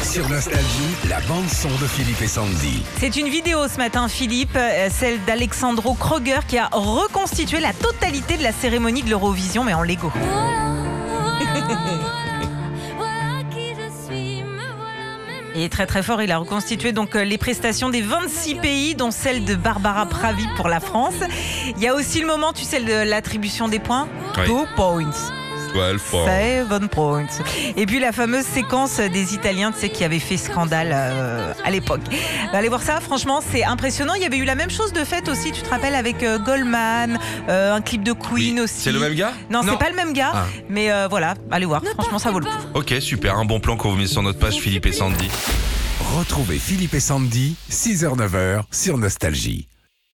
Sur Nostalgie, la bande-son de Philippe et Sandy. C'est une vidéo ce matin, Philippe, euh, celle d'Alexandro Kroger qui a reconstitué la totalité de la cérémonie de l'Eurovision, mais en Lego. Voilà qui je suis, me voilà même. Il est très très fort, il a reconstitué donc euh, les prestations des 26 pays, dont celle de Barbara Pravi pour la France. Il y a aussi le moment, tu sais, de l'attribution des points. Oui. Two points. 12 points. Seven points. Et puis la fameuse séquence des Italiens, tu sais, qui avait fait scandale euh, à l'époque. Bah, allez voir ça, franchement, c'est impressionnant. Il y avait eu la même chose de fait aussi, tu te rappelles, avec euh, Goldman, euh, un clip de Queen Oui. aussi. C'est le même gars Non, Non. c'est pas le même gars, Ah. mais euh, voilà, allez voir, franchement, ça vaut le coup. Ok, super, un bon plan qu'on vous met sur notre page Philippe et Sandy. Retrouvez Philippe et Sandy, 6h-9h sur Nostalgie.